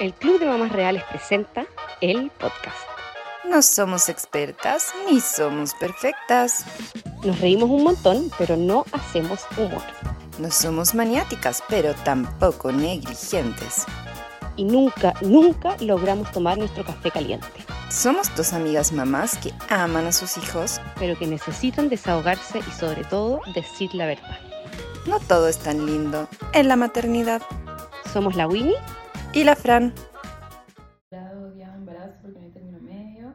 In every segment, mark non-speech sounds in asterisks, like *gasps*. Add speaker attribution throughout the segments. Speaker 1: El Club de Mamás Reales presenta el podcast.
Speaker 2: No somos expertas ni somos perfectas.
Speaker 1: Nos reímos un montón, pero no hacemos humor.
Speaker 2: No somos maniáticas, pero tampoco negligentes.
Speaker 1: Y nunca, nunca logramos tomar nuestro café caliente,
Speaker 2: Somos dos amigas mamás que aman a sus hijos.
Speaker 1: pero que necesitan desahogarse y sobre todo decir la verdad.
Speaker 2: No todo es tan lindo en la maternidad.
Speaker 1: Somos la Winnie
Speaker 2: Y la Fran.
Speaker 3: grado guiado de embarazo porque no hay término medio.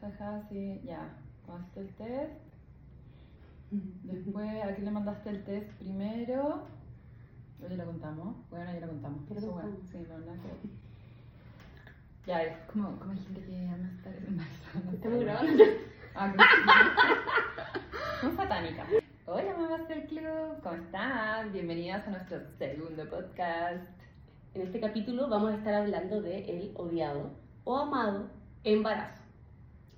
Speaker 3: Jaja, sí, ya. Tomaste el test. Después, ¿a quién le mandaste el test primero? Oye, lo contamos. Bueno, ya lo contamos. Pero eso, bueno, sí, no, nada que- Ya, es como, como hay gente que ama estar embarazada. *laughs* ¿Estamos grabando? Ah, que- Muy satánica. Hola, mamás del club. ¿Cómo están? Bienvenidas a nuestro segundo podcast.
Speaker 4: En este capítulo vamos a estar hablando de el odiado o amado embarazo,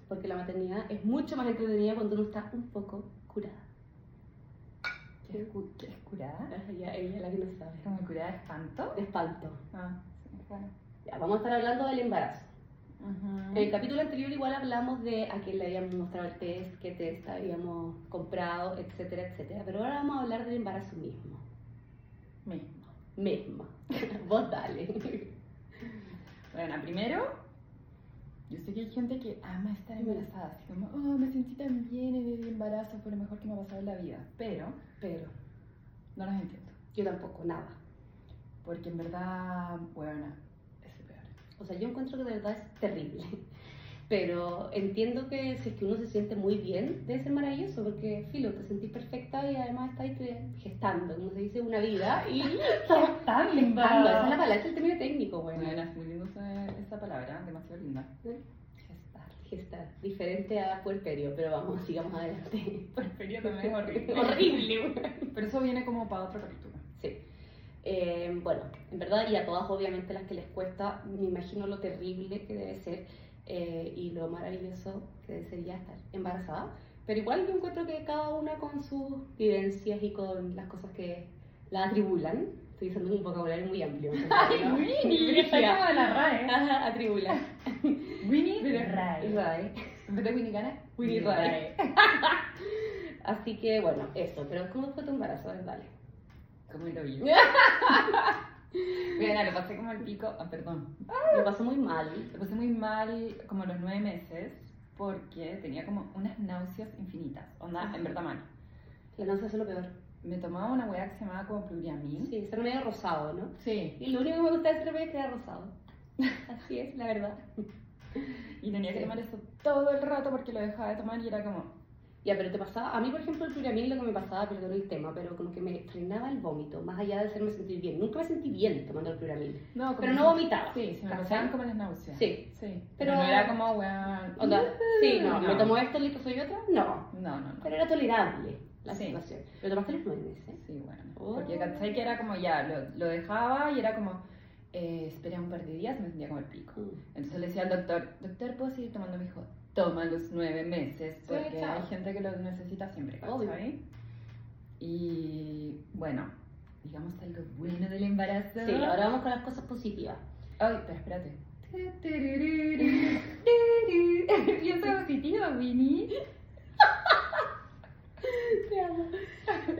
Speaker 4: porque la maternidad es mucho más entretenida cuando uno está un poco curada.
Speaker 3: ¿Quieres, cu- quieres curar?
Speaker 4: Ah, *laughs* Ya ella es la que no sabe.
Speaker 3: ¿Como curar espanto?
Speaker 4: De espanto.
Speaker 3: Ah, sí, claro.
Speaker 4: Ya, ah, vamos a estar hablando del embarazo.
Speaker 3: Ujú.
Speaker 4: En el capítulo anterior igual hablamos de a quién le habíamos mostrado el test, qué test habíamos comprado, etcétera, etcétera. Pero ahora vamos a hablar del embarazo mismo.
Speaker 3: Mismo.
Speaker 4: Misma. *laughs* Vos dale.
Speaker 3: Bueno, primero, yo sé que hay gente que ama estar embarazada, así como, oh, me sentí tan bien en el embarazo, fue lo mejor que me ha pasado en la vida. Pero
Speaker 4: Pero
Speaker 3: no las entiendo,
Speaker 4: yo tampoco, nada.
Speaker 3: porque en verdad, bueno, es el peor.
Speaker 4: O sea, yo encuentro que de verdad es terrible. Pero entiendo que si es que uno se siente muy bien, debe ser maravilloso, porque filo, te sentís perfecta y además estás cre- gestando, como se dice, una vida y gestando.
Speaker 3: tan
Speaker 4: Esa es la palabra, ese es el término técnico, bueno.
Speaker 3: Bueno, es muy lindo esa, esa palabra, demasiado linda.
Speaker 4: ¿Eh?
Speaker 3: Gestar.
Speaker 4: Gestar. Diferente a puerperio, pero vamos, sigamos adelante.
Speaker 3: Porferio también es *laughs* horrible.
Speaker 4: Horrible, bueno.
Speaker 3: Pero eso viene como para otro capítulo.
Speaker 4: Sí. Eh, bueno, en verdad, y a todas obviamente las que les cuesta, me imagino lo terrible que debe ser eh, y lo maravilloso que debe ser ya estar embarazada. Pero igual yo encuentro que cada una con sus vivencias y con las cosas que la atribulan, estoy usando un vocabulario muy amplio. entonces, ¿no?
Speaker 3: Está como de la RAE.
Speaker 4: *laughs* Ajá, atribulan.
Speaker 3: Winnie
Speaker 4: Pero- *laughs* Rae.
Speaker 3: En vez de Winnie Gana,
Speaker 4: Winnie Rae. Así que bueno, eso. Pero ¿cómo fue tu embarazo? A ver, Dale.
Speaker 3: Como el hoyo. Mira, lo pasé como el pico. Ah, perdón.
Speaker 4: Lo pasó muy mal.
Speaker 3: Lo pasé muy mal como los nueve meses porque tenía como unas náuseas infinitas. Onda, en verdad mal.
Speaker 4: La náusea es lo peor.
Speaker 3: Me tomaba una hueá que se llamaba como pluriamín.
Speaker 4: Sí, ser medio rosado, ¿no?
Speaker 3: Sí.
Speaker 4: Y lo único que me gusta de ser medio es que era rosado. Así es, la verdad.
Speaker 3: Y tenía que
Speaker 4: Sí.
Speaker 3: tomar eso todo el rato porque lo dejaba de tomar y era como.
Speaker 4: Ya, pero te pasaba, a mí por ejemplo el pluramil lo que me pasaba, perdón el tema, pero como que me frenaba el vómito, más allá de hacerme sentir bien. Nunca me sentí bien tomando el pluramil.
Speaker 3: No, como
Speaker 4: Pero no vomitaba.
Speaker 3: Sí, se me
Speaker 4: ¿cachai?
Speaker 3: pasaban como las náuseas.
Speaker 4: Sí.
Speaker 3: Sí. Pero
Speaker 4: Pero-
Speaker 3: no era como weón.
Speaker 4: Onda, sí, no,
Speaker 3: no.
Speaker 4: me tomo esto, listo, soy otra, no.
Speaker 3: No, no, no.
Speaker 4: Pero era tolerable la
Speaker 3: Sí.
Speaker 4: situación. Pero tomaste los nueve meses.
Speaker 3: Sí, bueno.
Speaker 4: Oh.
Speaker 3: Porque cachai que era como ya, lo, lo dejaba y era como, eh, esperé un par de días, me sentía como el pico.
Speaker 4: Mm.
Speaker 3: Entonces le decía al doctor, doctor, ¿puedo seguir tomando? Me dijo, toma los nueve meses,
Speaker 4: Sí,
Speaker 3: porque
Speaker 4: chao.
Speaker 3: hay gente que lo necesita siempre,
Speaker 4: Obvio.
Speaker 3: ¿cachai? Y bueno, digamos algo bueno del embarazo.
Speaker 4: Sí, ahora vamos con las cosas positivas.
Speaker 3: Ay, pero espérate.
Speaker 4: *laughs*
Speaker 3: *laughs* Piensa positivo, Winnie.
Speaker 4: *laughs*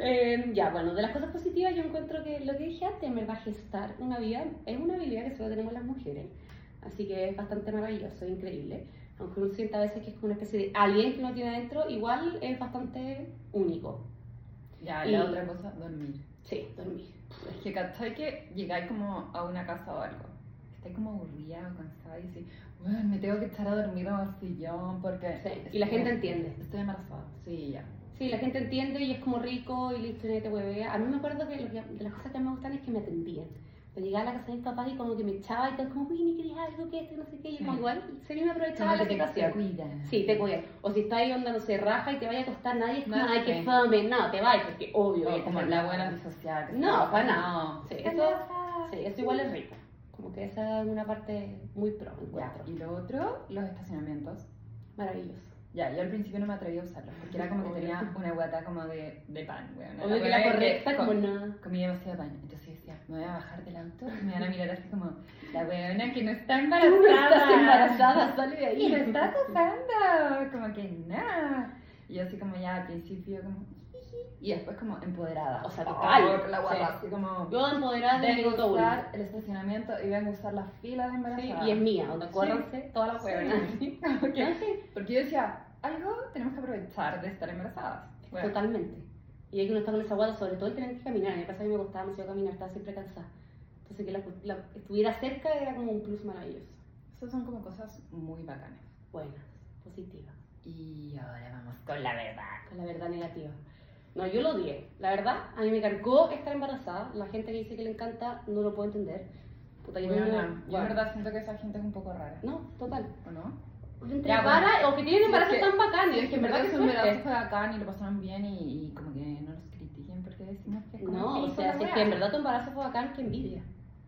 Speaker 4: Eh, ya, bueno, de las cosas positivas yo encuentro que lo que dije antes, me va a gestar una vida, es una habilidad que solo tenemos las mujeres, así que es bastante maravilloso, increíble. Aunque uno sienta a veces que es como una especie de alien que uno tiene adentro, igual es bastante único.
Speaker 3: Ya,
Speaker 4: Y-
Speaker 3: la otra cosa, dormir.
Speaker 4: Sí, dormir.
Speaker 3: Es que cachai que llegáis como a una casa o algo. Estáis como aburrida o cansada y decís, bueno, me tengo que echar a dormir en el sillón porque.
Speaker 4: Sí, y la gente entiende.
Speaker 3: Estoy embarazada. Sí, ya.
Speaker 4: Sí, la gente entiende y es como rico y listo, y nadie te huevea. A mí me acuerdo que, lo que- de las cosas que me gustan es que me atendían. Yo llegaba a la casa de mis papás y como que me echaba y todo como, uy, ni querías algo que esto, no sé qué. Y
Speaker 3: Sí.
Speaker 4: como igual, sería una aprovechada la situación.
Speaker 3: cuida.
Speaker 4: Sí, te cuidas. O si está ahí onda, no se raja y te vaya a acostar, nadie es como,
Speaker 3: No,
Speaker 4: ay,
Speaker 3: sí.
Speaker 4: que fome, no, te vayas, porque obvio.
Speaker 3: O
Speaker 4: ya
Speaker 3: como
Speaker 4: está.
Speaker 3: la buena antisocial. que se
Speaker 4: No,
Speaker 3: enoja,
Speaker 4: para nada. Sí, eso,
Speaker 3: Embarazada.
Speaker 4: sí, eso igual es rico. Como que esa es una parte muy pro,
Speaker 3: Ya,
Speaker 4: encuentro.
Speaker 3: y lo otro, los estacionamientos.
Speaker 4: Maravilloso.
Speaker 3: Ya, yo al principio no me atreví a usarlo, porque era como que tenía una guata como de, de pan, weón.
Speaker 4: Obvio que la correcta, como nada.
Speaker 3: Comí demasiado pan, entonces yo decía, me voy a bajar del auto y me van a mirar así como, la weona que no está embarazada.
Speaker 4: Tú *laughs* no estás embarazada, sale de
Speaker 3: Y me
Speaker 4: ahí.
Speaker 3: estás usando, como que nada. Y yo así como ya al principio como, "Jiji", y después como empoderada.
Speaker 4: O sea,
Speaker 3: Oh,
Speaker 4: total.
Speaker 3: La guata,
Speaker 4: Sí.
Speaker 3: así como,
Speaker 4: Yo empoderada de
Speaker 3: vengo a
Speaker 4: minuto uno.
Speaker 3: usar el estacionamiento y vengo a usar las filas de
Speaker 4: Sí,
Speaker 3: embarazada.
Speaker 4: y es mía, onda,
Speaker 3: Sí.
Speaker 4: córranse todas las
Speaker 3: Sí.
Speaker 4: huevonas. *laughs*
Speaker 3: *laughs* Como que- porque yo decía, algo tenemos que aprovechar de estar embarazadas. Bueno,
Speaker 4: Totalmente. Y hay que uno está con esa guata, sobre todo el tener que caminar. A mí me pasa que me costaba demasiado caminar, estaba siempre cansada. Entonces que la, la- estuviera cerca era como un plus maravilloso.
Speaker 3: esas son como cosas muy bacanas.
Speaker 4: Buenas, positivas.
Speaker 3: Y ahora vamos con la verdad.
Speaker 4: Con la verdad negativa. No, yo lo odié. La verdad, a mí me cargó estar embarazada. La gente que dice que le encanta no lo puedo entender. Puta, yo
Speaker 3: Bueno,
Speaker 4: no-
Speaker 3: yo
Speaker 4: bueno.
Speaker 3: en verdad siento que esa gente es un poco rara.
Speaker 4: No, total.
Speaker 3: ¿O no?
Speaker 4: Pues Entre
Speaker 3: Ya, bueno.
Speaker 4: vara- o que tienen embarazos
Speaker 3: Es que-
Speaker 4: tan bacanes.
Speaker 3: Sí,
Speaker 4: que en verdad que
Speaker 3: su
Speaker 4: suerte.
Speaker 3: embarazo fue bacán y lo pasaron bien y, y como que no los critiquen porque decimos que es como
Speaker 4: No, o
Speaker 3: pico
Speaker 4: sea,
Speaker 3: la
Speaker 4: si es
Speaker 3: wea.
Speaker 4: que en verdad tu embarazo fue bacán, que envidia.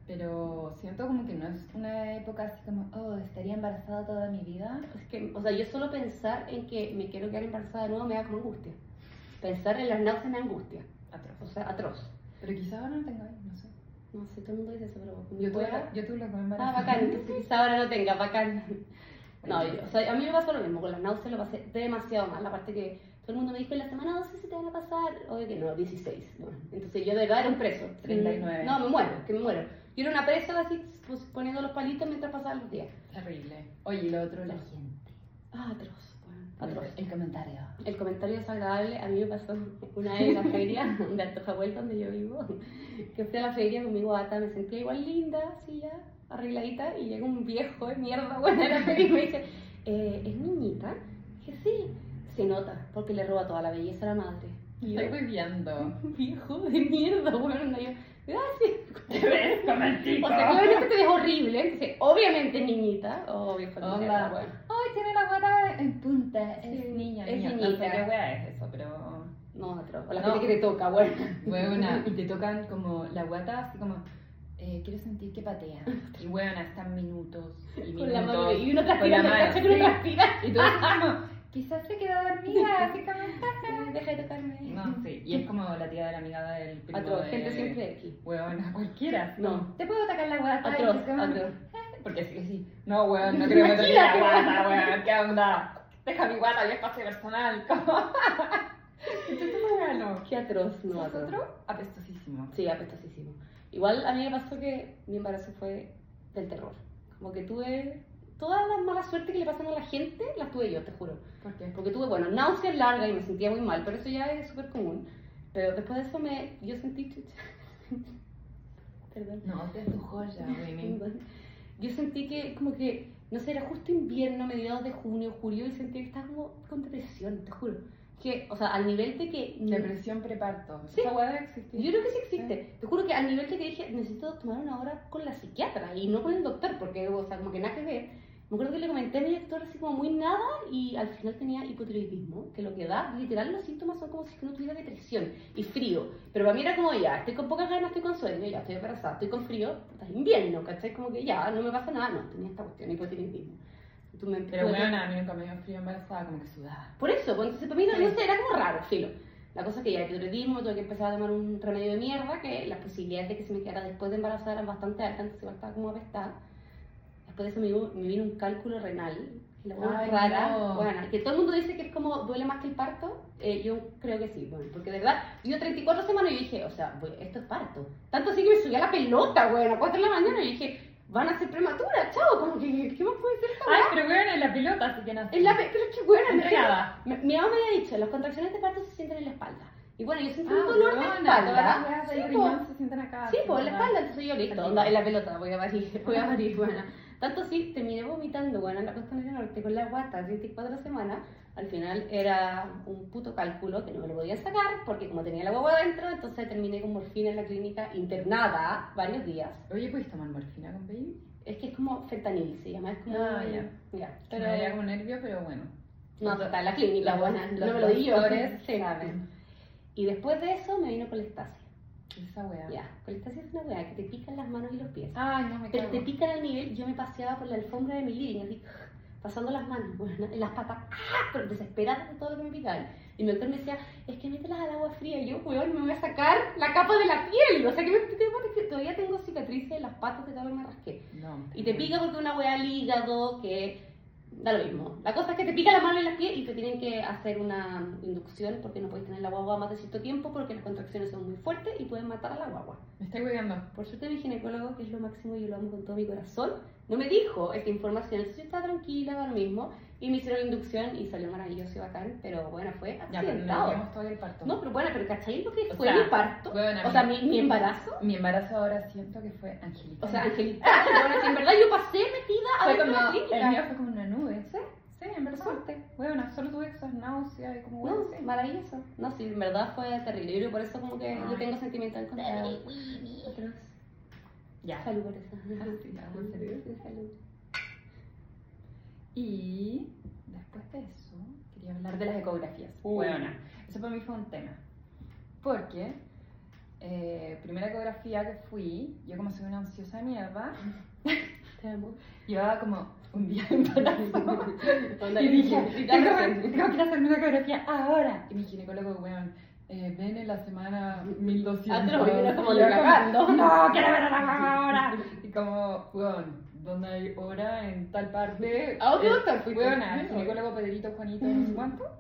Speaker 3: Pero siento como que no es una época así como, oh, estaría embarazada toda mi vida.
Speaker 4: Es que, o sea, yo solo pensar en que me quiero quedar embarazada de nuevo me da como angustia. Pensar en las náuseas me da angustia. O
Speaker 3: Atroz.
Speaker 4: sea, atroz.
Speaker 3: Pero quizás ahora no tenga, no sé.
Speaker 4: No sé, todo el mundo dice eso, pero como
Speaker 3: Yo tuve,
Speaker 4: pueda-
Speaker 3: yo tuve lo que me
Speaker 4: Ah,
Speaker 3: embarazada.
Speaker 4: bacán, entonces quizá ahora no tenga, bacán. No, yo- o sea, a mí me pasó lo mismo, con las náuseas lo pasé demasiado mal. Aparte que todo el mundo me dijo en la semana 12 se te van a pasar, obvio que no, 16. bueno. Entonces yo de verdad era un preso.
Speaker 3: 39.
Speaker 4: No, me muero, que me muero. Yo era una presa así, pues, poniendo los palitos mientras pasaban los días.
Speaker 3: Terrible. Oye, y lo otro, la gente.
Speaker 4: Ah, atroz, bueno, atroz.
Speaker 3: El comentario.
Speaker 4: El comentario desagradable a mí me pasó una vez en la
Speaker 3: *laughs*
Speaker 4: feria de Antojahuel, donde yo vivo, que fui a la feria con mi guata, me sentía igual linda, así ya, arregladita, y llega un viejo de mierda, *laughs* bueno, de la feria y me dice, "Eh, ¿es niñita? Que sí, se nota, porque le roba toda la belleza a la madre. Y yo,
Speaker 3: Estoy viviendo.
Speaker 4: viejo de mierda, bueno, y yo, gracias.
Speaker 3: Te *laughs* ves como el
Speaker 4: O sea, claramente te ves horrible, entonces, obviamente niñita, o viejo de mierda,
Speaker 3: Onda.
Speaker 4: bueno.
Speaker 3: Ay, tiene la guata en punta. Es
Speaker 4: Sí,
Speaker 3: niña,
Speaker 4: es
Speaker 3: niña. No sé
Speaker 4: niñita.
Speaker 3: qué wea es eso, pero.
Speaker 4: No, atroz, o la
Speaker 3: No.
Speaker 4: gente que te toca, bueno.
Speaker 3: *laughs* Huevona, y te tocan como la guata, así como. Eh, quiero sentir que *laughs* patea. Y huevona, están minutos. Y
Speaker 4: Con la
Speaker 3: minutos,
Speaker 4: mano y uno
Speaker 3: con la
Speaker 4: transpira,
Speaker 3: mano,
Speaker 4: cacha que *laughs* uno
Speaker 3: sí.
Speaker 4: transpira.
Speaker 3: Y tú dices *laughs* como, quizás se quedó dormida, así como.
Speaker 4: Deja de tocarme.
Speaker 3: No, sí. Y es como la tía de la amiga del primo
Speaker 4: Atroz,
Speaker 3: de...
Speaker 4: gente siempre aquí.
Speaker 3: Huevona, cualquiera.
Speaker 4: No.
Speaker 3: Te puedo tocar la guata. Y
Speaker 4: Atroz,
Speaker 3: es como-
Speaker 4: atroz.
Speaker 3: Porque sí, sí. No, weón, no creo que te la guata, weón. ¿Qué onda? Deja mi guata, yo espacio personal. *laughs* ¿Cómo? Entonces, bueno.
Speaker 4: Qué atroz, no atroz.
Speaker 3: Nosotros, apestosísimo.
Speaker 4: Sí, apestosísimo. Igual a mí me pasó que mi embarazo fue del terror. Como que tuve todas las malas suerte que le pasan a la gente, las tuve yo, te juro.
Speaker 3: ¿Por qué?
Speaker 4: Porque tuve, bueno, náuseas largas y me sentía muy mal, pero eso ya es súper común. Pero después de eso me, yo sentí chucha. *laughs* Perdón.
Speaker 3: No, esta es tu joya, güey.
Speaker 4: Yo sentí que, como que, no sé, era justo invierno, mediados de junio, julio, y sentí que estaba como con depresión, te juro. Que, o sea, al nivel de que.
Speaker 3: Depresión preparto.
Speaker 4: Sí.
Speaker 3: Esa weá debe existir.
Speaker 4: Yo creo que sí existe. Te juro que al nivel de que dije, necesito tomar una hora con la psiquiatra y no con el doctor, porque, o sea, como que nada que ver. Me acuerdo que le comenté a mi doctor así como muy nada y al final tenía hipotiroidismo, que lo que da, literal, los síntomas son como si uno tuviera depresión y frío. Pero para mí era como, ya, estoy con pocas ganas, estoy con sueño, ya, estoy embarazada, estoy con frío, puta, es invierno, ¿cachai? Como que ya, no me pasa nada, no, tenía esta cuestión, hipotiroidismo. Tú me-
Speaker 3: Pero
Speaker 4: tuve que-
Speaker 3: weón, a mí nunca me dio frío embarazada, como que sudaba.
Speaker 4: por eso, pues, entonces para mí no,
Speaker 3: Sí.
Speaker 4: no sé, era como raro, filo. La cosa es que ya el periodismo, tuve que empezar a tomar un remedio de mierda, que las posibilidades de que se me quedara después de embarazada eran bastante altas, entonces igual estaba como apestada. Después de eso me, dio- me vino un cálculo renal, que la hueá
Speaker 3: Ay,
Speaker 4: rara,
Speaker 3: no.
Speaker 4: bueno, que todo el mundo dice que es como duele más que el parto, eh, yo creo que sí, bueno, porque de verdad, yo 34 semanas y yo dije, o sea, bueno, esto es parto. Tanto así que me subí a la pelota, bueno, a 4 de la mañana y yo dije, van a ser prematuras, chao, como que, ¿qué más puede ser? esta
Speaker 3: Ay, pero weón, en la pelota, así que no.
Speaker 4: es la pe- pero es que bueno, en
Speaker 3: Entregada.
Speaker 4: serio, mi mi mamá me había dicho, las contracciones de parto se sienten en la espalda. Y bueno, yo sentí
Speaker 3: Ah,
Speaker 4: un dolor de
Speaker 3: weona, todas las
Speaker 4: espalda.
Speaker 3: weas
Speaker 4: Sí,
Speaker 3: del
Speaker 4: po.
Speaker 3: riñón se sientan acá.
Speaker 4: Sí,
Speaker 3: así,
Speaker 4: pues en la
Speaker 3: ¿verdad?
Speaker 4: espalda, entonces yo listo,
Speaker 3: Aquí.
Speaker 4: onda, en la pelota, voy a parir, *laughs* voy a parir, bueno. Tanto así, terminé vomitando, bueno, en la costa del norte con la guata, 34 semanas. Al final era un puto cálculo que no me lo podía sacar, porque como tenía la guagua adentro, entonces terminé con morfina en la clínica internada varios días.
Speaker 3: Oye, ¿puedes tomar morfina con baby?
Speaker 4: Es que es como fentanil, se llama, es como...
Speaker 3: Ah, ya.
Speaker 4: Ya,
Speaker 3: Pero...
Speaker 4: pero...
Speaker 3: Me daría como nervio, pero bueno.
Speaker 4: No, total, la clínica, buena, no me lo di yo. Sí. Y después de eso me vino colestasia.
Speaker 3: Esa weá.
Speaker 4: Ya, colestasia es una weá que te pican las manos y los pies.
Speaker 3: Ay, no me
Speaker 4: Pero te
Speaker 3: cago.
Speaker 4: pican al nivel, yo me paseaba por la alfombra de mi living, así, pasando las manos, weona, en las patas, ¡ah! pero desesperada de todo lo que me picaban. Y mi doctor me decía, es que mételas al agua fría. Y yo, weón, me voy a sacar la capa de la piel. O sea, que me, te- te- te- todavía tengo cicatrices en las patas de todo lo que me rasqué.
Speaker 3: No.
Speaker 4: Y te pica porque una weá al hígado, que da lo mismo. La cosa es que te pica la mano y las pies y te tienen que hacer una inducción porque no puedes tener la guagua más de cierto tiempo porque las contracciones son muy fuertes y pueden matar a la guagua.
Speaker 3: Me estoy cuidando.
Speaker 4: Por suerte mi ginecólogo, que es lo máximo y yo lo amo con todo mi corazón, no me dijo esa información, entonces yo estaba tranquila, da lo mismo, y me hicieron la inducción y salió maravilloso y bacán, pero bueno, fue
Speaker 3: Ya, pero no
Speaker 4: accidentado.
Speaker 3: digamos todavía el parto.
Speaker 4: No, pero bueno, pero ¿cachai lo que
Speaker 3: O
Speaker 4: fue
Speaker 3: sea,
Speaker 4: mi parto?
Speaker 3: bueno, a
Speaker 4: o sea,
Speaker 3: mí-
Speaker 4: mi, mi embarazo.
Speaker 3: Mi embarazo ahora siento que fue angelical.
Speaker 4: O sea, Ah, Angelita, bueno, que *laughs* en verdad yo pasé metida a
Speaker 3: fue
Speaker 4: ver
Speaker 3: como,
Speaker 4: la
Speaker 3: el mío
Speaker 4: clínica.
Speaker 3: fue como una nube. Sí, sí, embarazó.
Speaker 4: Suerte.
Speaker 3: Bueno, solo tuve esas náuseas y como, bueno,
Speaker 4: No,
Speaker 3: sí.
Speaker 4: maravilloso. No, sí, en verdad fue terrible. Yo por eso como que yo
Speaker 3: Ay.
Speaker 4: tengo sentimientos encontrados. Otros.
Speaker 3: Ya.
Speaker 4: Salud por eso.
Speaker 3: Ah, sí, ya, vamos a hacer.
Speaker 4: Sí, salud.
Speaker 3: Y después de eso, quería hablar de las ecografías.
Speaker 4: Uh.
Speaker 3: Bueno, eso para mí fue un tema. Porque, eh, primera ecografía que fui, yo como soy una ansiosa de mierda,
Speaker 4: Te *laughs* amo.
Speaker 3: llevaba como un día *laughs* de
Speaker 4: *laughs*
Speaker 3: embarazo.
Speaker 4: Onda,
Speaker 3: Y dije,
Speaker 4: y- y-
Speaker 3: tengo que tengo que ir a hacerme una ecografía ahora. Y mi ginecólogo, weón, eh, ven en la semana 1200.
Speaker 4: Ah, te lo vi, era como
Speaker 3: Y yo
Speaker 4: de cagando.
Speaker 3: No, quiero ver a la caga ahora. Y como, weón, ¿dónde hay hora en tal parte?
Speaker 4: ¿A dónde
Speaker 3: Eh,
Speaker 4: doctor fuiste?
Speaker 3: Weón, al
Speaker 4: Bueno.
Speaker 3: ginecólogo Pedrito, Juanito, no sé cuánto.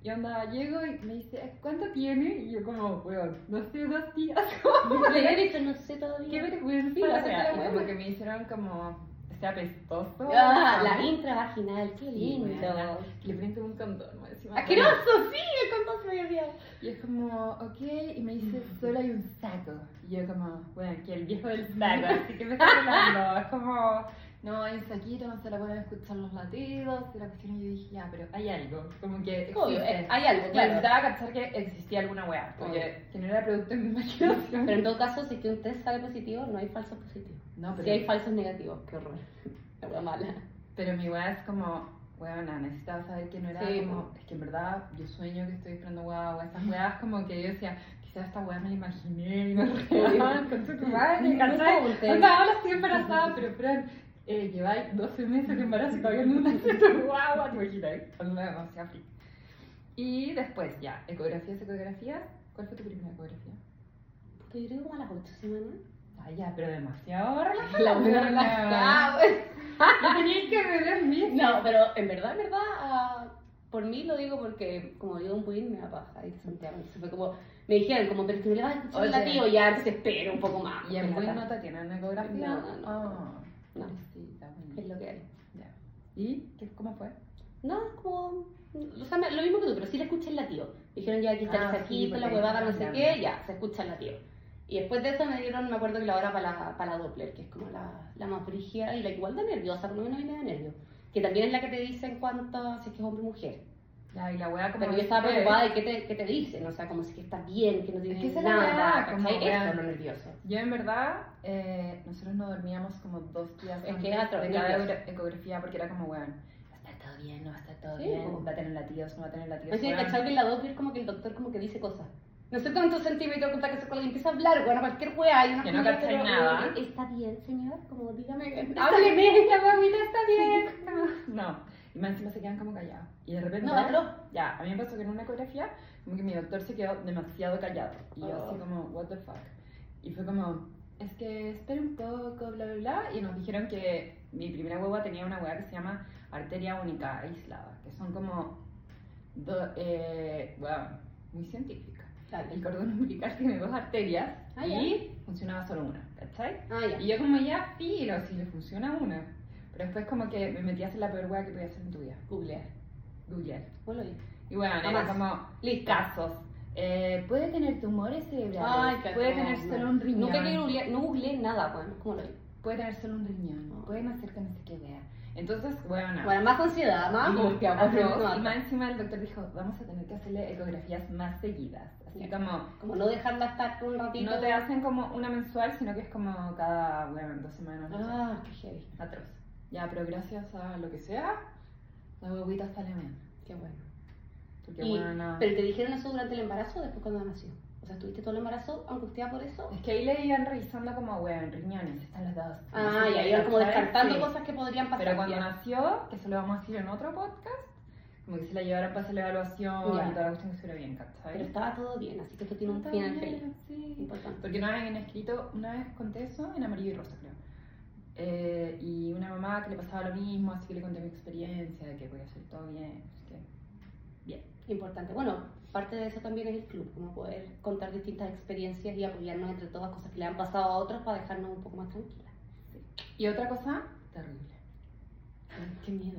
Speaker 3: Y onda, llego y me dice, "¿Eh, ¿cuánto tiene? Y yo como, weón, no sé, dos días.
Speaker 4: *laughs* Le había dicho, no sé todavía.
Speaker 3: Qué vergüenza.
Speaker 4: Para
Speaker 3: O sea,
Speaker 4: hacer
Speaker 3: y
Speaker 4: la
Speaker 3: como
Speaker 4: weón.
Speaker 3: que me hicieron como, este apestoso.
Speaker 4: Ah, la intravaginal, qué lindo.
Speaker 3: weona. Le prendo un condón, más encima.
Speaker 4: Asqueroso, sí, el contó se me había olvidado.
Speaker 3: Y es como, ok, y me dice, solo hay un saco. Y yo como, bueno, que el viejo del saco, así que me está hablando. Es como, no, hay un saquito, no se la pueden escuchar los latidos. Y la cuestión, y yo dije, ya, pero hay algo. Como que existe.
Speaker 4: Obvio, eh, hay algo,
Speaker 3: Claro,
Speaker 4: claro.
Speaker 3: necesitaba captar que existía alguna weá, porque que no era producto de mi imaginación.
Speaker 4: Pero en todo caso, si es que un test sale positivo, no hay falsos positivos.
Speaker 3: no,
Speaker 4: Si hay
Speaker 3: pero,
Speaker 4: falsos negativos, qué horror. *laughs* La hueá mala.
Speaker 3: pero mi weá es como, weona, necesitaba saber que no era
Speaker 4: Sí,
Speaker 3: como, es que en verdad yo sueño que estoy esperando weá, o esas weas como que yo decía, quizás esta weá me la imaginé, y no es real, con tu madre, ¿cachai?
Speaker 4: No preguntes.
Speaker 3: Onda, ahora estoy embarazada, pero Fran, eh, lleváis 12 meses de embarazo y todavía no nace *laughs* tu guagua, te imaginas, onda demasiado freak. Y después ya, ecografías, ecografías, ¿cuál fue tu primera ecografía?
Speaker 4: Puta, Pues yo creo que como a las 8 semanas.
Speaker 3: Ah, ya, pero demasiado relajada.
Speaker 4: La *laughs* hueá
Speaker 3: weona.
Speaker 4: relajada, weón.
Speaker 3: Yo tenía que beber mi...
Speaker 4: Ah, No, pero en verdad, en verdad, ah, por mí lo digo porque como yo un buen me da paja ir a Santiago. Entonces fue como, me dijeron, como, pero es que me le vas a escuchar el
Speaker 3: Oye.
Speaker 4: latido ya, entonces espera un poco más.
Speaker 3: ¿Y en
Speaker 4: Porque
Speaker 3: Win
Speaker 4: la
Speaker 3: no te tienen ecografía?
Speaker 4: No, no,
Speaker 3: Ah,
Speaker 4: No.
Speaker 3: pobrecita,
Speaker 4: Es
Speaker 3: bueno.
Speaker 4: lo que hay.
Speaker 3: Ya. ¿Y qué, cómo fue?
Speaker 4: No, es como. O sea, me- lo mismo que tú, pero sí le escuché el latido. Dijeron ya aquí está
Speaker 3: Ah,
Speaker 4: el
Speaker 3: sí,
Speaker 4: saquito, la
Speaker 3: porque
Speaker 4: huevada,
Speaker 3: ahí
Speaker 4: no
Speaker 3: está
Speaker 4: sé
Speaker 3: hablando.
Speaker 4: qué, ya, se escucha el latido. Y después de eso me dieron, me acuerdo que la hora para la, para la Doppler, que es como la, la más brígida y la que igual da nerviosa, por lo menos a mí me da nervio. Que también es la que te dice en cuanto a si es que es hombre o mujer.
Speaker 3: Ya, y la wea como...
Speaker 4: Pero yo estaba
Speaker 3: después-
Speaker 4: preocupada de qué te, qué te dicen, o sea, como si que estás bien, que no tienes
Speaker 3: que esa es la
Speaker 4: nada,
Speaker 3: weá,
Speaker 4: ¿cachai?
Speaker 3: como weá.
Speaker 4: Eso es lo nervioso.
Speaker 3: Yo en verdad, eh, nosotros no dormíamos como dos días
Speaker 4: Es
Speaker 3: antes
Speaker 4: que era otro
Speaker 3: de cada
Speaker 4: nervio.
Speaker 3: euro- ecografía porque era como, weón, va a estar todo bien, no va a estar todo
Speaker 4: Sí, po.
Speaker 3: bien, va a tener latidos, no va a tener latidos.
Speaker 4: No sé,
Speaker 3: weón.
Speaker 4: ¿cachai? Que en la Doppler como que el doctor como que dice cosas. No sé cuántos centímetros cuenta que se cuelga y empieza a hablar, bueno, cualquier weá. Y una
Speaker 3: Que no
Speaker 4: familia,
Speaker 3: cachai
Speaker 4: pero,
Speaker 3: nada.
Speaker 4: eh, Está bien, señor, como dígame. *laughs*
Speaker 3: Hábleme, la guamita está bien. *laughs* No, y más encima se quedan como callados. Y de repente,
Speaker 4: No, pero
Speaker 3: ya, a mí me pasó que en una ecografía, como que mi doctor se quedó demasiado callado. Y yo así
Speaker 4: Oh.
Speaker 3: como, what the fuck. Y fue como, es que espera un poco, bla, bla, bla. Y nos dijeron que mi primera hueva tenía una hueá que se llama arteria única aislada, que son como, do- eh, bueno, muy científica. El cordón umbilical tiene dos arterias
Speaker 4: Ah, ya.
Speaker 3: y funcionaba solo una, ¿cachai?
Speaker 4: Ah, ya.
Speaker 3: Y yo como ya filo, si le funciona una. Pero después como que me metí a hacer la peor weá que podía hacer en tu vida.
Speaker 4: Googlear.
Speaker 3: Googlear.
Speaker 4: Vos lo viste.
Speaker 3: Y bueno, era
Speaker 4: Jamás.
Speaker 3: como
Speaker 4: Listo.
Speaker 3: casos. Eh, puede tener tumores cerebrales,
Speaker 4: qué
Speaker 3: puede
Speaker 4: atroz,
Speaker 3: tener
Speaker 4: man.
Speaker 3: solo un riñón,
Speaker 4: Nunca que googlear, no googleé nada, weón. ¿Cómo lo vi?
Speaker 3: puede tener solo un riñón,
Speaker 4: No.
Speaker 3: pueden hacer este que no sé qué wea. Entonces, bueno, nada.
Speaker 4: Ah. Bueno, más ansiedad, más
Speaker 3: Y-
Speaker 4: angustia,
Speaker 3: ah,
Speaker 4: más
Speaker 3: no, y
Speaker 4: no,
Speaker 3: más encima el doctor dijo, vamos a tener que hacerle ecografías más seguidas. Así
Speaker 4: Ya.
Speaker 3: como,
Speaker 4: Como no dejarla estar por un ratito.
Speaker 3: no te hacen como una mensual, sino que es como cada, bueno, dos semanas. no sé.
Speaker 4: Ah, qué heavy.
Speaker 3: Atroz. Ya, pero gracias a lo que sea, la huevita sale bien.
Speaker 4: Qué bueno.
Speaker 3: Porque
Speaker 4: Y-
Speaker 3: bueno, no.
Speaker 4: Pero te dijeron eso durante el embarazo o después cuando nació. O sea, estuviste todo el embarazo angustiada por eso.
Speaker 3: Es que ahí le iban revisando como, weón, riñones, están los dos.
Speaker 4: Ah,
Speaker 3: No sé
Speaker 4: y ahí
Speaker 3: qué,
Speaker 4: iban como
Speaker 3: ¿sabes?
Speaker 4: descartando
Speaker 3: Sí.
Speaker 4: cosas que podrían pasar.
Speaker 3: Pero cuando
Speaker 4: ya.
Speaker 3: nació, que eso lo vamos a decir en otro podcast, como que se la llevaron para hacer la evaluación
Speaker 4: Ya.
Speaker 3: y toda la cuestión que estuviera bien, ¿cachai?
Speaker 4: Pero estaba todo bien, así que esto tiene un
Speaker 3: Está
Speaker 4: final
Speaker 3: bien,
Speaker 4: feliz.
Speaker 3: sí.
Speaker 4: Importante.
Speaker 3: Porque una vez habían escrito, una vez conté eso en amarillo y rosa, creo. Eh, y una mamá que le pasaba lo mismo, así que le conté mi experiencia, de que voy a hacer todo bien. así que-
Speaker 4: Importante. Bueno, parte de eso también es el club, como poder contar distintas experiencias y apoyarnos entre todas cosas que le han pasado a otros para dejarnos un poco más tranquilas.
Speaker 3: Y otra cosa, terrible.
Speaker 4: Ay, Qué miedo.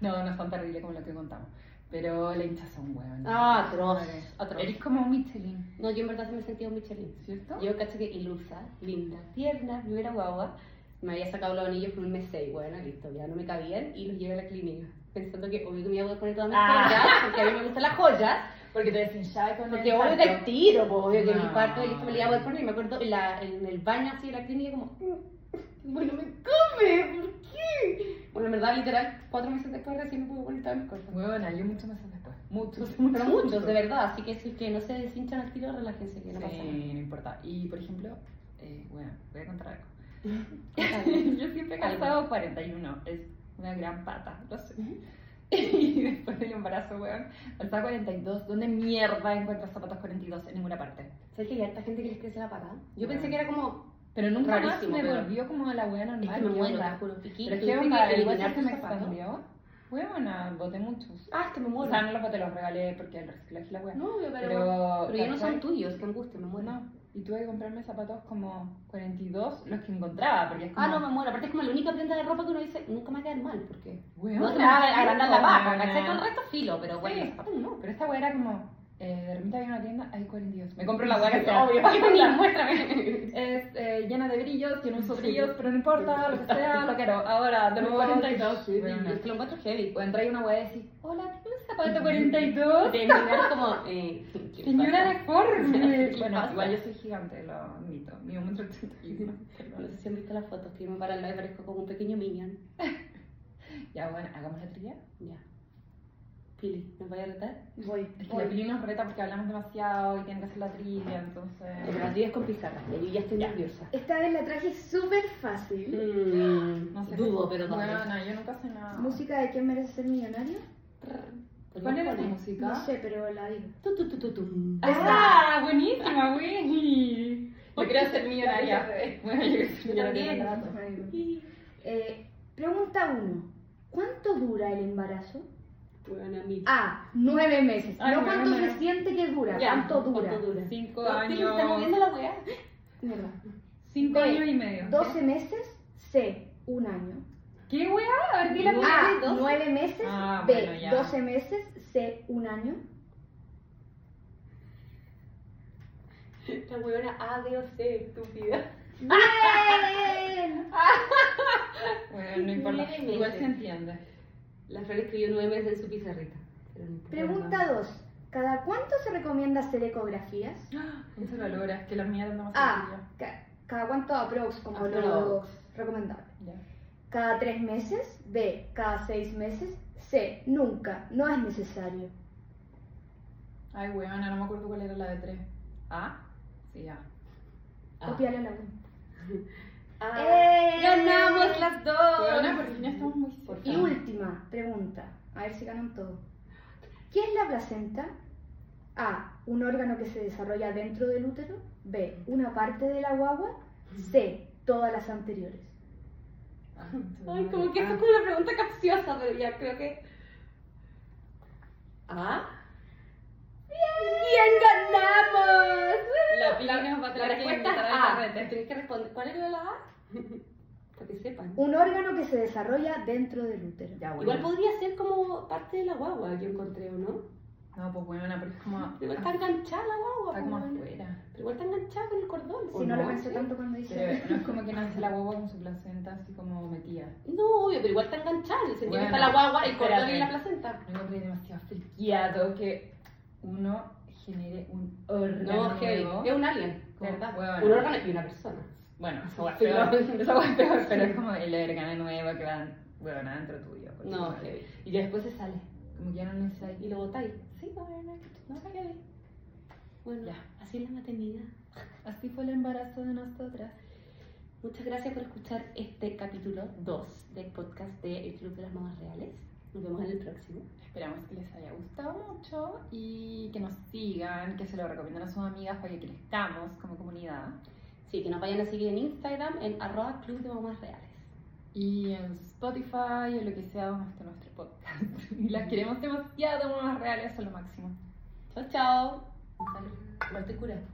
Speaker 3: No, no es tan terrible como lo que contamos. Pero la hinchazón, weón.
Speaker 4: Ah, atroz, atroz.
Speaker 3: Eres como un Michelin,
Speaker 4: No, yo en verdad se me sentía un Michelin.
Speaker 3: ¿cierto?
Speaker 4: Yo caché que ilusa, linda, tierna, primera guagua, me había sacado los anillos con un mes 6, bueno, listo, ya no me cabían y los llevé a la clínica, pensando que obvio que me iba a poder poner todas mis
Speaker 3: Ah.
Speaker 4: joyas, porque a mí me gustan las joyas,
Speaker 3: Porque te deshinchaba con
Speaker 4: porque
Speaker 3: el
Speaker 4: obvio que al
Speaker 3: parto.
Speaker 4: tiro, pues, obvio que
Speaker 3: No.
Speaker 4: mi parto y listo me la iba a poder poner, y me acuerdo en, la- en el baño así de la clínica como, "Mm, bueno, me come, ¿por qué? Bueno, en verdad, literal, cuatro meses después recién me pude poner todas mis cosas.
Speaker 3: Huevona, yo muchos meses después. Muchos,
Speaker 4: Pero muchos, de verdad, así que si es que no se deshinchan al tiro, relájense, que no pasa nada.
Speaker 3: *laughs* Sí, no importa. Y por ejemplo, eh, bueno, voy a contar algo. *laughs*
Speaker 4: Cuéntame.
Speaker 3: Yo siempre he
Speaker 4: Algo.
Speaker 3: calzado 41, es una gran pata, lo sé. *laughs* Y después del embarazo, weón, calzaba 42. ¿Dónde mierda encuentras zapatos 42? En ninguna parte.
Speaker 4: ¿Sabes que hay harta gente que les crece la patada? Yo
Speaker 3: Bueno.
Speaker 4: pensé que era como.
Speaker 3: Pero nunca
Speaker 4: Rarísimo,
Speaker 3: más me
Speaker 4: pero-
Speaker 3: volvió como a la wea
Speaker 4: Es
Speaker 3: normal.
Speaker 4: que me
Speaker 3: ¿qué
Speaker 4: muero,
Speaker 3: onda?
Speaker 4: te juro. ¿Y
Speaker 3: Pero
Speaker 4: tú
Speaker 3: qué
Speaker 4: tienes
Speaker 3: onda, el
Speaker 4: eliminar
Speaker 3: WhatsApp se
Speaker 4: tus
Speaker 3: me
Speaker 4: zapatos?
Speaker 3: expandió. Weona, boté muchos.
Speaker 4: Ah, es que me
Speaker 3: O
Speaker 4: muero.
Speaker 3: sea, no los boté, los regalé porque el reciclaje es la wea.
Speaker 4: no, yo, pero. Pero,
Speaker 3: Pero,
Speaker 4: ya no
Speaker 3: ¿cachai?
Speaker 4: son tuyos, qué angustia, me muero.
Speaker 3: No, y tuve que comprarme zapatos como 42, los que encontraba, porque es como...
Speaker 4: Ah, no, me muero. Aparte, es como la única prenda de ropa que uno dice, nunca me va a quedar mal, porque.
Speaker 3: Weona,
Speaker 4: No, te vas a agrandar la pata,
Speaker 3: weona.
Speaker 4: ¿cachai? Todo el resto es filo, pero bueno,
Speaker 3: Sí.
Speaker 4: los zapatos no.
Speaker 3: Pero esta weá era como, eh, de repente había una tienda, hay 42. Me compro la weá
Speaker 4: *laughs*
Speaker 3: que sea.
Speaker 4: obvio, la muéstrame.
Speaker 3: *laughs*
Speaker 4: *laughs*
Speaker 3: Es eh, llena de brillos, tiene usos brillos, pero no importa, lo que sea, lo quiero. Ahora, de nuevo 42.
Speaker 4: Es que lo encuentro heavy.
Speaker 3: O entra y una weá y decís, hola, ¿tienes zapato 42?
Speaker 4: De mirar como. Eh, ¿qué
Speaker 3: Señora *laughs*
Speaker 4: pasa?
Speaker 3: deforme.
Speaker 4: ¿Qué
Speaker 3: Bueno,
Speaker 4: pasa?
Speaker 3: igual yo soy gigante, lo admito. Mido un metro ochenta y uno,
Speaker 4: No
Speaker 3: perdón.
Speaker 4: sé si han visto las fotos que yo me paran, me parezco como un pequeño minion.
Speaker 3: Ya, bueno, hagamos la trivia.
Speaker 4: Ya. Pili, ¿nos vaya a retar?
Speaker 1: Voy,
Speaker 3: Es que la
Speaker 1: voy.
Speaker 3: Pili nos reta porque hablamos demasiado y tiene que hacer la trivia, entonces.
Speaker 4: Las 10 con pizarra, ya yo ya estoy nerviosa.
Speaker 5: Esta vez la traje súper fácil.
Speaker 4: Mm,
Speaker 3: No sé.
Speaker 4: Dudo, pero
Speaker 3: no.
Speaker 4: dónde.
Speaker 3: No, no, yo nunca sé nada.
Speaker 5: Música de quién merece ser millonario.
Speaker 3: ¿Cuál era tu música?
Speaker 5: No sé, pero la digo.
Speaker 4: Tu, tu, tu, tu, tum.
Speaker 3: ¡Ah! ¡Buenísima, Winnie! Yo quiero ser millonaria. Bueno, yo quiero ser
Speaker 4: Yo
Speaker 3: millonaria.
Speaker 4: también.
Speaker 5: Eh, pregunta 1. ¿Cuánto dura el embarazo?
Speaker 4: Bueno, a mí.
Speaker 5: A. 9 meses.
Speaker 3: Ay,
Speaker 5: no
Speaker 3: nueve
Speaker 5: cuánto
Speaker 3: meses.
Speaker 5: se siente que dura.
Speaker 4: Ya,
Speaker 5: ¿Cuánto dura?
Speaker 4: ¿Cuánto dura?
Speaker 3: Cinco
Speaker 4: No, Pili, está moviendo
Speaker 3: años.
Speaker 4: la weá.
Speaker 5: Mierda.
Speaker 3: Cinco
Speaker 5: Ve,
Speaker 3: años y medio.
Speaker 5: 12 meses. C. Un año.
Speaker 3: ¿Qué weá? A ver, di la
Speaker 4: Nueve,
Speaker 5: A.
Speaker 4: doce.
Speaker 5: 9 meses.
Speaker 3: Ah,
Speaker 5: B.
Speaker 3: bueno, ya.
Speaker 5: 12 meses. C. Un año.
Speaker 4: La weona A, B o C, estúpida. *laughs*
Speaker 5: ¡Bien!
Speaker 3: Bueno, no importa.
Speaker 4: Nueve
Speaker 3: Igual
Speaker 4: meses.
Speaker 3: se entiende. *gasps*
Speaker 4: La Flor escribió nueve meses en su pizarrita. Pero no importa.
Speaker 5: Pregunta 2. ¿Cada cuánto se recomienda hacer ecografías?
Speaker 3: Eso lo logras, que las mías eran demasiado
Speaker 5: A. ca- Cada cuánto aprox, como lo
Speaker 4: Aprox.
Speaker 5: recomendable.
Speaker 3: Ya.
Speaker 5: Cada tres meses. B. Cada seis meses. C. Nunca. No es necesario.
Speaker 3: Ay, weona, no me acuerdo cuál era la de tres. ¿A? Sí, A.
Speaker 4: Ah.
Speaker 5: Copiale la U.
Speaker 4: *laughs* Ah,
Speaker 5: ¡Eh!
Speaker 4: ¡Ganamos las
Speaker 3: Weona,
Speaker 4: dos!
Speaker 3: por fin estamos muy
Speaker 4: Por
Speaker 5: Y
Speaker 3: cerca.
Speaker 5: última pregunta. A ver si ganan todo. ¿Qué es la placenta? A. Un órgano que se desarrolla dentro del útero. B. Una parte de la guagua. C. Todas las anteriores.
Speaker 4: Ay, como que esto es como una pregunta capciosa, pero ya creo que. Ah,
Speaker 5: ¡Bien ganamos!
Speaker 3: La Pili nos va a
Speaker 4: la
Speaker 3: tener que
Speaker 4: respuesta es
Speaker 3: invitar al
Speaker 4: A.
Speaker 3: carrete.
Speaker 4: Tienes que responder. ¿Cuál era la A? *laughs* Para que sepan.
Speaker 5: Un órgano que se desarrolla dentro del útero.
Speaker 3: Ya,
Speaker 4: Igual
Speaker 3: bueno.
Speaker 4: podría ser como parte de la guagua que encontré, ¿o no?
Speaker 3: No, pues weona, pero es como.
Speaker 4: Pero igual Ah. está enganchada la guagua.
Speaker 3: Está
Speaker 4: po,
Speaker 3: como
Speaker 4: weón.
Speaker 3: afuera.
Speaker 4: Pero igual está enganchada con el cordón. ¿o
Speaker 5: Si no lo
Speaker 4: no?
Speaker 5: pensé tanto cuando hice.
Speaker 3: Pero no es como que nace la guagua con su placenta así como metida.
Speaker 4: No, obvio, pero igual está enganchada. En el sentido que
Speaker 3: Bueno,
Speaker 4: está la guagua, el cordón
Speaker 3: espérate.
Speaker 4: y la placenta.
Speaker 3: Me encontré demasiado friquiado que uno genere un órgano
Speaker 4: No, que
Speaker 3: nuevo.
Speaker 4: es un alien,
Speaker 3: Como-
Speaker 4: ¿verdad?
Speaker 3: bueno.
Speaker 4: Un órgano y una persona.
Speaker 3: Bueno, esa hueá es
Speaker 4: Sí,
Speaker 3: peor, *laughs*
Speaker 4: no.
Speaker 3: esa hueá es peor, pero es como el órgano nuevo que va bueno, adentro tuyo. por
Speaker 4: No,
Speaker 3: ejemplo.
Speaker 4: heavy.
Speaker 3: Y que después se sale, como que ya no necesita
Speaker 4: Y lo botáis. Sí, no, no, no, no, heavy. Bueno,
Speaker 3: Ya.
Speaker 4: así es la maternidad.
Speaker 3: Así fue el embarazo de nosotras.
Speaker 4: Muchas gracias por escuchar este capítulo 2 del podcast de El Club de las Mamás Reales. Nos vemos en el próximo.
Speaker 3: Esperamos que les haya gustado mucho y que nos sigan, que se lo recomienden a sus amigas para que crezcamos como comunidad.
Speaker 4: Sí, que nos vayan a seguir en Instagram en arroba Club de Mamás Reales.
Speaker 3: Y en Spotify, en lo que sea donde esté nuestro podcast. *laughs* Y las queremos demasiado, mamás reales, son lo máximo.
Speaker 4: Chao, chao.
Speaker 3: Salud.
Speaker 4: Muerte cura.